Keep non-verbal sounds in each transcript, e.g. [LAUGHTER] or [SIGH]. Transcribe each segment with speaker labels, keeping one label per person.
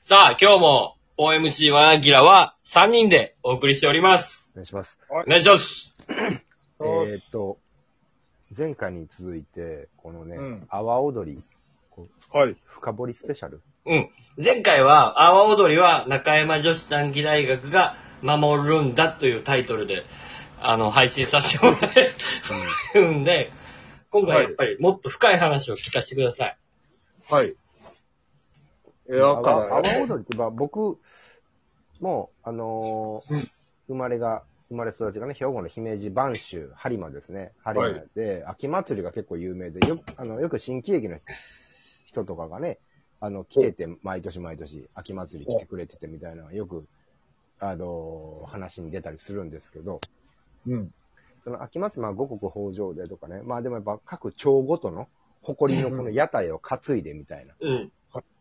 Speaker 1: さあ、今日も OMG ワギラは3人でお送りしております。
Speaker 2: お願いします。
Speaker 1: お願いします。
Speaker 2: えーっと、前回に続いて、このね、
Speaker 3: うん
Speaker 2: 阿波踊り、
Speaker 3: はい。
Speaker 2: 深掘りスペシャル。
Speaker 1: うん。前回は、阿波踊りは中山女子短期大学が守るんだというタイトルで、あの、配信させてもらえるんで、今回はやっぱりもっと深い話を聞かせてください。
Speaker 3: はい。え、
Speaker 2: 阿
Speaker 3: だ
Speaker 2: 波
Speaker 3: から、
Speaker 2: 阿波踊りって、まあ、僕、もう、あのー生まれが、生まれ育ちがね、兵庫の姫路播州、播磨ですね。播磨で、秋祭りが結構有名で、よく、あの、よく新喜劇の人とかがね、あの、来てて、毎年毎年、秋祭り来てくれててみたいなのがよく、あのー話に出たりするんですけど、
Speaker 3: うん。
Speaker 2: その秋松、まあ、五穀豊穣でとかね、まあでもやっぱ各町ごとの誇りのこの屋台を担いでみたいな、
Speaker 1: うん。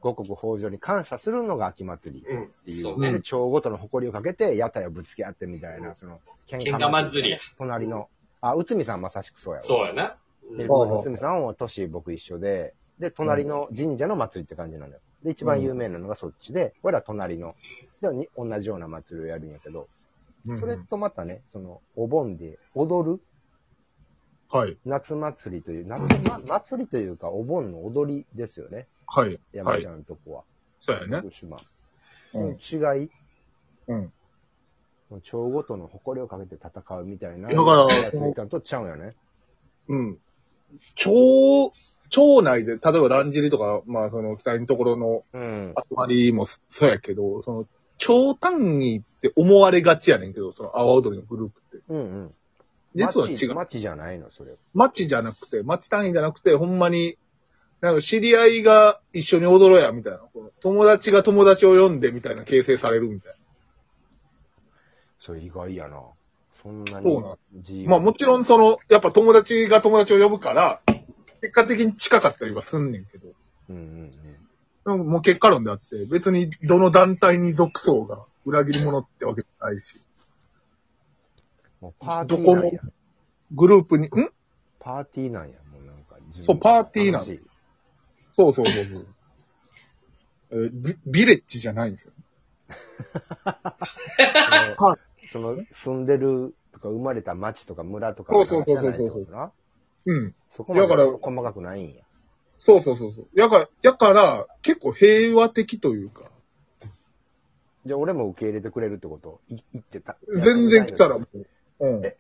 Speaker 2: 五穀豊穣に感謝するのが秋祭りっ
Speaker 1: うん。
Speaker 2: てい、
Speaker 1: そううね
Speaker 2: で町ごとの誇りをかけて屋台をぶつけ合ってみたいな、その、喧
Speaker 1: 喧嘩祭り
Speaker 2: ね隣の、あ、内海さんまさしくそうやわ。
Speaker 1: そうやな。うん
Speaker 2: で僕内海さんは年僕一緒で、で、隣の神社の祭りって感じなのよ。で、一番有名なのがそっちで、俺ら隣の、でに同じような祭りをやるんやけど、それとまたね、その、お盆で踊る
Speaker 3: はい。
Speaker 2: 夏祭りという、夏、ま、祭りというか、お盆の踊りですよね。
Speaker 3: はい。
Speaker 2: 山ちゃんのとこは。
Speaker 3: そうやね。
Speaker 2: 福島。
Speaker 3: うん
Speaker 2: 違い
Speaker 3: うん。
Speaker 2: 町ごとの誇りをかけて戦うみたいな。
Speaker 3: だから
Speaker 2: ついたんとちゃうんよね。
Speaker 3: うん。町、町内で、例えばだんじりとか、まあ、その、北のところの
Speaker 2: うん。
Speaker 3: 集まりもそうやけど、その、町単位って思われがちやねんけど、その、阿波踊りのグループって。
Speaker 2: うんうん。
Speaker 3: 実は
Speaker 2: 町
Speaker 3: 違う。
Speaker 2: 町じゃないの、それ。
Speaker 3: 町じゃなくて、町単位じゃなくて、ほんまに、なんか知り合いが一緒に踊ろうや、みたいな。この友達が友達を呼んで、みたいな形成されるみたい
Speaker 2: それ意外やな。そんなに。
Speaker 3: そうなん
Speaker 2: 自由
Speaker 3: な。まあもちろんその、やっぱ友達が友達を呼ぶから、結果的に近かったりはすんねんけど。
Speaker 2: うんうん
Speaker 3: でももう結果論であって、別にどの団体に属そうが裏切り者ってわけじゃないし、
Speaker 2: うん。もうパーティーなんや。
Speaker 3: グループに、ん
Speaker 2: パーティーなんや。もうなんか自分。
Speaker 3: そうパーティーなん
Speaker 2: 楽
Speaker 3: で
Speaker 2: し
Speaker 3: す
Speaker 2: い
Speaker 3: そうそうそうそう。えービビレッジじゃないんですよ。
Speaker 2: その [LAUGHS] その、住んでるとか生まれた町とか村とか
Speaker 3: そうそうそうそうそうそう
Speaker 2: じゃないってことな
Speaker 3: うん。
Speaker 2: そこまで
Speaker 3: だから
Speaker 2: 細かくないんや。
Speaker 3: そうそうそうそう。やから、やから、結構平和的というか、
Speaker 2: じゃあ俺も受け入れてくれるってことい行ってた。
Speaker 3: 全然来たらもう、うん。
Speaker 2: じゃ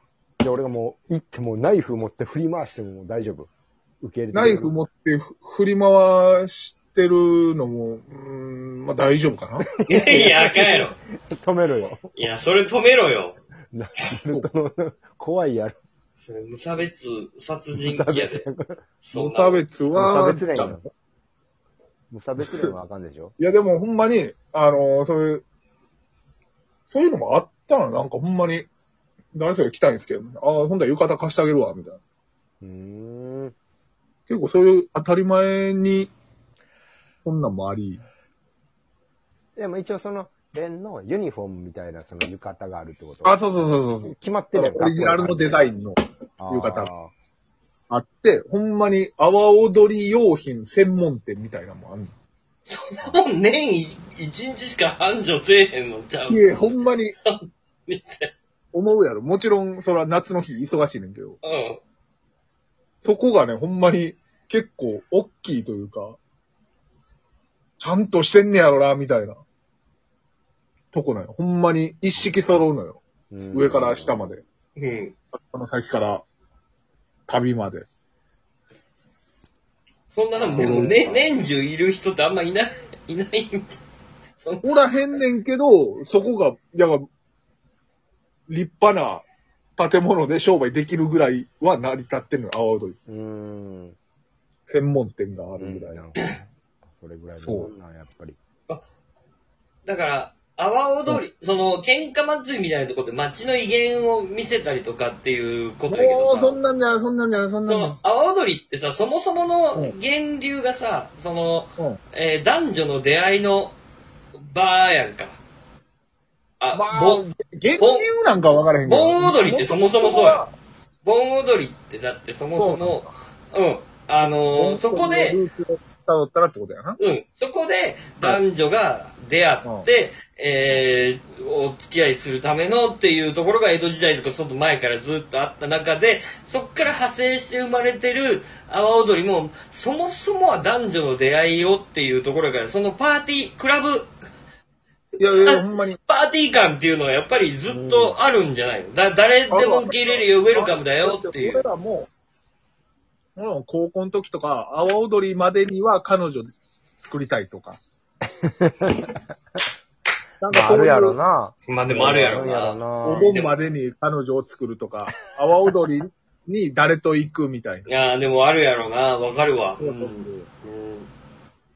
Speaker 2: あ俺がもう行ってもうナイフ持って振り回しても大丈夫。受け入れて
Speaker 3: ナイフ持ってふ振り回してるのも、うーん、まあ大丈夫か
Speaker 1: い
Speaker 3: な。
Speaker 1: やいや、あかんやろ。
Speaker 2: て。止めろよ。
Speaker 1: いや、それ止めろよ。
Speaker 2: ナルトの [LAUGHS] 怖いやろ。
Speaker 1: それ無差別殺人鬼やで。そん
Speaker 3: 無
Speaker 1: な
Speaker 3: 差別
Speaker 2: 無差
Speaker 3: は、
Speaker 2: 別連
Speaker 3: い
Speaker 2: やろ。無差別連はあかんでしょ
Speaker 3: やでもほんまに、あのーそういう、そういうのもあったのなんかほんまに、誰それ来たいんですけど、ああ、ほんとは浴衣貸してあげるわ、みたいな。
Speaker 2: うーん。
Speaker 3: 結構そういう当たり前に、こんなんもあり。
Speaker 2: でも一応その、連のユニフォームみたいなその浴衣があるってこと
Speaker 3: あ、そうそうそうそう
Speaker 2: 決まっ
Speaker 3: そ
Speaker 2: て
Speaker 3: う
Speaker 2: る。
Speaker 3: オリジナルのデザイ
Speaker 2: ン。
Speaker 3: ンの
Speaker 2: 浴
Speaker 3: 浴衣あって、ほんまに阿波踊り用品専門店みたいなのもあんの
Speaker 1: もう年い一日しか繁盛せえへんのちゃう
Speaker 3: いえ、ほんまに
Speaker 1: 見て。
Speaker 3: 思うやろ。もちろん、そら夏の日忙しいねんけ
Speaker 1: う
Speaker 3: ど、
Speaker 1: ん。
Speaker 3: そこがね、ほんまに結構大きいというか、ちゃんとしてんねやろな、みたいな。とこなんよ。ほんまに一式揃うのよ。
Speaker 2: うん
Speaker 3: 上から下まで。
Speaker 1: [LAUGHS] うん。
Speaker 3: この先から、旅まで。
Speaker 1: そんなの、でも、ね、年中いる人ってあんまいない、いないんじゃそん
Speaker 3: おらへんねんけど、そこが、やっぱ、立派な建物で商売できるぐらいは成り立ってんのよ。阿波踊り。
Speaker 2: うーん。
Speaker 3: 専門店があるぐらい。
Speaker 2: なるほどねそれぐらいのもんなんやっぱり。
Speaker 1: だから、阿波踊り、その、喧嘩祭りみたいなところで街の威厳を見せたりとかっていうことやけど
Speaker 3: もう、そん
Speaker 1: さ、
Speaker 3: なんじゃない、そんなんじゃない、そん
Speaker 1: そ
Speaker 3: なんじゃない
Speaker 1: の、阿波踊りってさ、そもそもの
Speaker 3: う
Speaker 1: 源流がさ、その、
Speaker 3: うん
Speaker 1: えー男女の出会いの場やんか。あ、
Speaker 3: まあ、
Speaker 1: ぼ
Speaker 3: 源流なんか分からへんけど。
Speaker 1: 盆踊りってそもそもそうや。盆踊りってだってそもそも、うん、あのーそこで、
Speaker 3: たどったらってことやな。
Speaker 1: うん。そこで、男女が出会って、えーお付き合いするためのっていうところが江戸時代とかちょっと前からずっとあった中で、そっから派生して生まれてる阿波踊りも、そもそもは男女の出会いをっていうところから、そのパーティー、クラブ、
Speaker 3: いやいや、ほんまに。
Speaker 1: パーティー感っていうのはやっぱりずっとあるんじゃないのだ誰でも受け入れるよ、ウェルカムだよっていう
Speaker 3: 俺。らも、俺らも高校の時とか、阿波踊りまでには彼女作りたい
Speaker 1: [LAUGHS]
Speaker 3: とか。なん
Speaker 2: ま
Speaker 3: か
Speaker 2: あ、あ
Speaker 3: そういう
Speaker 2: るやろな。
Speaker 1: まあでもあるやろ
Speaker 2: あるやろ
Speaker 1: な。
Speaker 3: お
Speaker 2: な。
Speaker 3: 盆までに彼女を作るとか、阿波踊りに誰と行くみたい
Speaker 1: い
Speaker 3: な。
Speaker 1: やーでもあるやろな。わかるわ。うんうん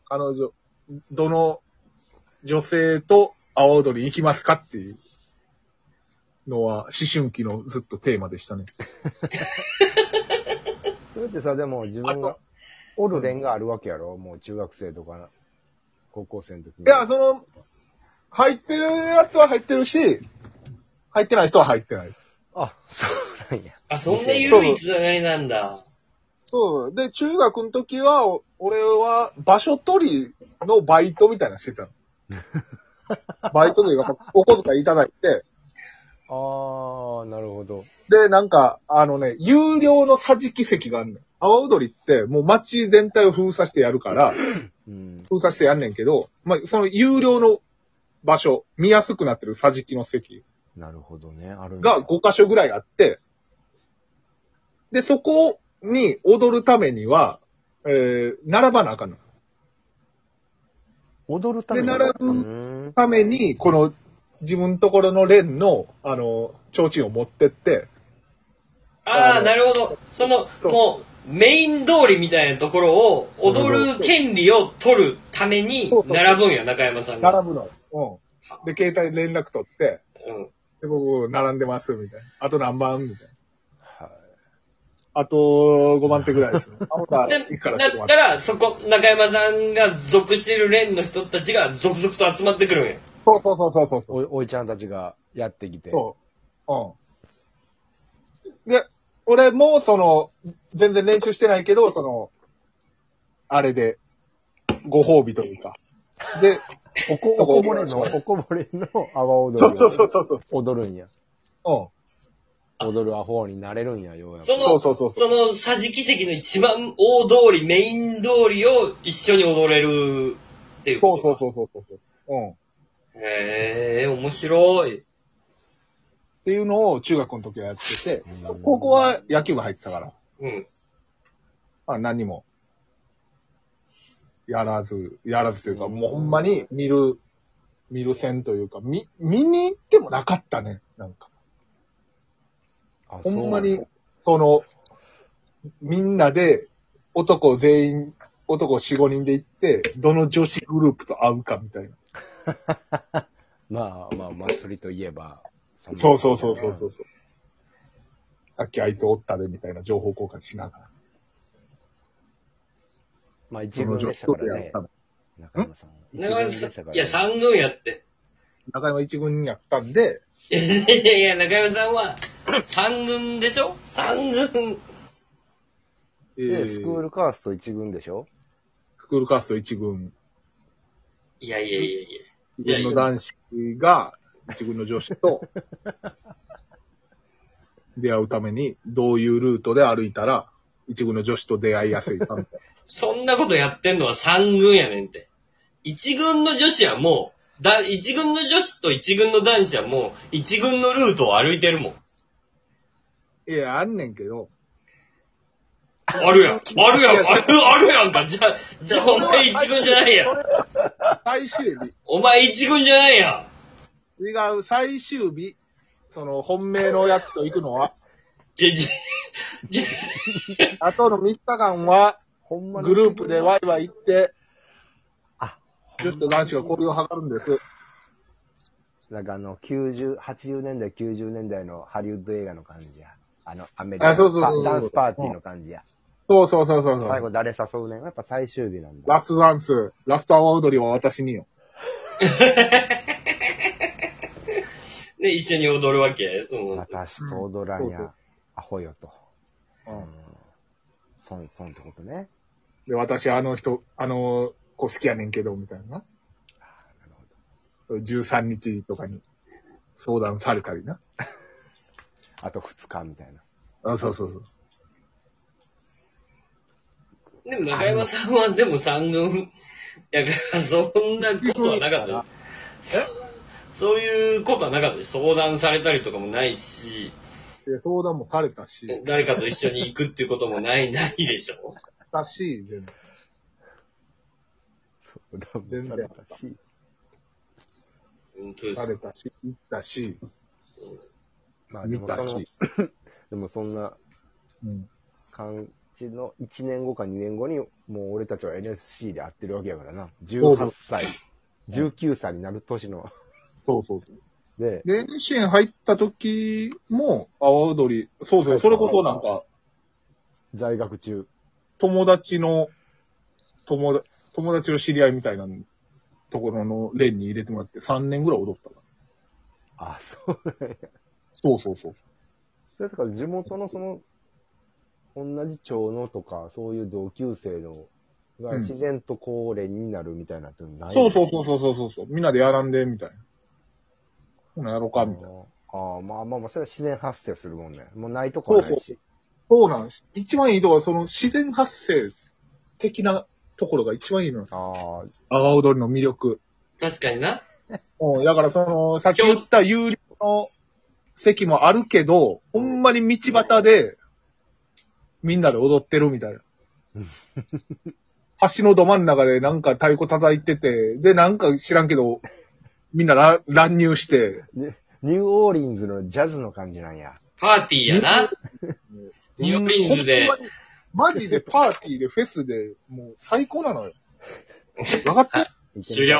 Speaker 3: 彼女、どの女性と阿波踊り行きますかっていうのは、思春期のずっとテーマでしたね。
Speaker 2: それってさ、でも自分
Speaker 3: あ
Speaker 2: が、おる連があるわけやろもう中学生とか、高校生の時に。
Speaker 3: いや、その、入ってるやつは入ってるし、入ってない人は入ってない。
Speaker 2: あ、そうなんや。
Speaker 1: あ、そんな唯一のやりなんだ。
Speaker 3: そう。で、中学の時は、お俺は場所取りのバイトみたいなのしてた [LAUGHS] の。バイトというか、お小遣いいただいて、
Speaker 2: あー、なるほど。
Speaker 3: で、なんか、あのね、有料の桟敷席があんねん。阿波踊りって、もう街全体を封鎖してやるから、
Speaker 2: うん。
Speaker 3: 封鎖してやんねんけど、まあ、その有料の場所、見やすくなってる桟敷の席
Speaker 2: なるほどね。あるんや
Speaker 3: が5箇所ぐらいあって、で、そこに踊るためには、えー、並ばなあかんの。
Speaker 2: 踊るために
Speaker 3: で並ぶ
Speaker 2: うん
Speaker 3: ために、この、自分ところの連の、あの、提灯を持ってって、
Speaker 1: あ
Speaker 3: あ
Speaker 1: あ、
Speaker 3: の
Speaker 1: なるほど。その、
Speaker 3: そう
Speaker 1: もう、メイン通りみたいなところを、踊る権利を取るために
Speaker 3: そう、そう
Speaker 1: 並ぶんや、中山さんが。
Speaker 3: 並ぶの。うん。で、携帯連絡取って、
Speaker 1: うん。
Speaker 3: で、僕、並んでます、みたいな。あと何番みたいな。
Speaker 2: はい
Speaker 3: あと、5番手ぐらいですね。あ、ほた、
Speaker 1: だ
Speaker 3: いくから
Speaker 1: だ
Speaker 3: ちょ
Speaker 1: っ
Speaker 3: っと
Speaker 1: た
Speaker 2: [LAUGHS]
Speaker 3: 待って。
Speaker 1: ら、そこ、中山さんが属してる連の人たちが続々と集まってくるんや。
Speaker 3: そうそうそうそうそうそう。
Speaker 2: おおいちゃんたちがやってきて。
Speaker 3: そう。うん。で、俺も、その、全然練習してないけど、その、あれで、ご褒美というか。で、
Speaker 2: おこ、おこぼれの、おこぼれの阿波踊り。
Speaker 3: そうそうそうそうそう。
Speaker 2: 踊るんや。
Speaker 3: うん。
Speaker 2: 踊るアホになれるんや、ようやく。
Speaker 1: そ
Speaker 3: そう
Speaker 1: の、
Speaker 3: そうそうそう。
Speaker 1: その、桟敷席の一番大通り、メイン通りを一緒に踊れるっていう
Speaker 3: そうそう
Speaker 1: う。
Speaker 3: そうそうそうそう。うん。っ
Speaker 1: へえ、面白い。
Speaker 3: ていうのを中学の時はやってて
Speaker 2: うん、
Speaker 3: 高校は野球部入ってたから、
Speaker 1: うん。
Speaker 3: まあ何にも、やらず、やらずというか、もうほんまに見る、見る線というか、見、見に行ってもなかったね、なんか。
Speaker 2: あ
Speaker 3: ほん
Speaker 2: そ
Speaker 3: まに、その、みんなで、男全員、男4、5人で行って、どの女子グループと会うかみたいな。
Speaker 2: うまあまあ、祭りといえば。そんな
Speaker 3: そうそうそうそうそう。そう。さっきあいつおったでみたいな情報交換しながら。
Speaker 2: まあ一
Speaker 3: その
Speaker 2: 軍
Speaker 3: 女
Speaker 2: で
Speaker 3: 子
Speaker 2: した
Speaker 3: と
Speaker 2: から
Speaker 3: やっ
Speaker 2: ね
Speaker 3: た。の。
Speaker 2: 中山さん。一
Speaker 1: 中
Speaker 2: 軍
Speaker 1: 山
Speaker 2: で
Speaker 1: さ
Speaker 2: し
Speaker 1: ん
Speaker 2: たから、ね。
Speaker 1: いや、三軍やって。 [LAUGHS]
Speaker 3: 中山一軍にやったんで、
Speaker 1: いやいやいや、中山さんは、三軍でしょ三軍。
Speaker 3: え
Speaker 2: で、
Speaker 3: ー、
Speaker 2: スクールカースト一軍でしょ
Speaker 3: スクールカースト一軍。
Speaker 1: いやいやいやい
Speaker 3: 一軍の男子が、一軍の女子
Speaker 2: [LAUGHS]
Speaker 3: と、出会うために、どういうルートで歩いたら、一軍の女子と出会いやすいかみたいな。
Speaker 1: や。そんなことやってんのは三軍やねんって。一軍の女子はもう、だ、一軍の女子と一軍の男子はもう、一軍のルートを歩いてるもん。
Speaker 3: いや、あんねんけど。
Speaker 1: あるやん。あるや
Speaker 2: [LAUGHS]
Speaker 1: ん。ある、あるやんか。じゃあ、じゃあお前一軍じゃないやん。
Speaker 3: 最終日。
Speaker 1: お前一軍じゃないや
Speaker 3: 違う、最終日。その、本命のやつと行くのは、
Speaker 1: ん。じゃ、じゃ、じゃ、
Speaker 3: あとの3日間は、
Speaker 2: ほんまに。
Speaker 3: グループでワイワイ行って、
Speaker 2: あ、
Speaker 3: 女子と男子が交流を図るんです。
Speaker 2: なんかあの、90、80年代、90年代のハリウッド映画の感じや。あの、アメリカ
Speaker 3: あそうそうそうそ
Speaker 2: の
Speaker 3: う
Speaker 2: ダンスパーティーの感じや。
Speaker 3: そうそうそうそうそ
Speaker 2: 最
Speaker 3: う。
Speaker 2: 後誰誘うねんやっぱ最終日なんだ。
Speaker 3: ラストダンス、ラストアワー踊りは私によ。
Speaker 1: ね、一緒に踊るわけその、
Speaker 2: 私と踊らん
Speaker 3: うんそうそ
Speaker 2: や
Speaker 3: う、
Speaker 2: アホよと。
Speaker 3: う
Speaker 2: うん
Speaker 3: ん。
Speaker 2: そん、そんってことね。
Speaker 3: で、私あの人、あの子好きやねんけど、みたいな。
Speaker 2: なるほど。
Speaker 3: 13日とかに相談されたりな。
Speaker 2: あと2日みたいな。
Speaker 3: あそうそうそう。
Speaker 1: でも中山さんはでも三軍やから、そんなことはなかったです。 [LAUGHS] そういうことはなかったです。相談されたりとかもないし、
Speaker 3: で、相談もされたし、
Speaker 1: 誰かと一緒に行くっていうこともない、ないでしょ。
Speaker 3: だし、全部
Speaker 2: そう、ダメ [LAUGHS] されたし。
Speaker 1: 本当で
Speaker 3: され
Speaker 1: す。
Speaker 3: たし、行ったし、
Speaker 2: まあで
Speaker 3: 見
Speaker 2: も
Speaker 3: た
Speaker 2: その [LAUGHS]
Speaker 3: し、。
Speaker 2: でもそんな
Speaker 3: うん。
Speaker 2: 感じの1年後か2年後に、もう俺たちは NSC で会ってるわけやからな。
Speaker 3: そうそう
Speaker 2: 18歳、19歳になる年の。
Speaker 3: そうそう。
Speaker 2: で、
Speaker 3: で、NSC 入った時も、阿波踊り、そうそう、それこそなんか、
Speaker 2: 在学中。
Speaker 3: 友達の、友達、友達の知り合いみたいなところの連に入れてもらって3年ぐらい踊ったから。
Speaker 2: あ、そうなんや。
Speaker 3: そうそうそう。
Speaker 2: それだから地元のその、同じ町のとか、そういう同級生の、が
Speaker 3: うん
Speaker 2: 自然と高齢になるみたいなってない、
Speaker 3: そうそうそうそうそうそう。みんなでやらんで、みたいな。ほなやろうか、みたいな。
Speaker 2: あーあー、まあまあまあ、それは自然発生するもんね。もうないとこはないし。
Speaker 3: そうそうなんです。一番いいとこは、その自然発生的なところが一番いいのよ。
Speaker 2: ああ、
Speaker 3: 阿波踊りの魅力。
Speaker 1: 確かにな。
Speaker 3: うん、だからその、さっき言った有料の席もあるけど、ほんまに道端で、みんなで踊ってるみ [LAUGHS] たいな
Speaker 2: うん。
Speaker 3: 橋のど真ん中でなんか太鼓叩いてて、で、なんか知らんけど、みんなら乱入して、
Speaker 2: ニューオーリンズのジャズの感じなんや。
Speaker 1: パーティーやな。ニューオーリンズで
Speaker 3: ほんまにマ
Speaker 1: [LAUGHS]
Speaker 3: ジでパーティーでフェスで、もう最高なのよ。わかった
Speaker 1: 終了。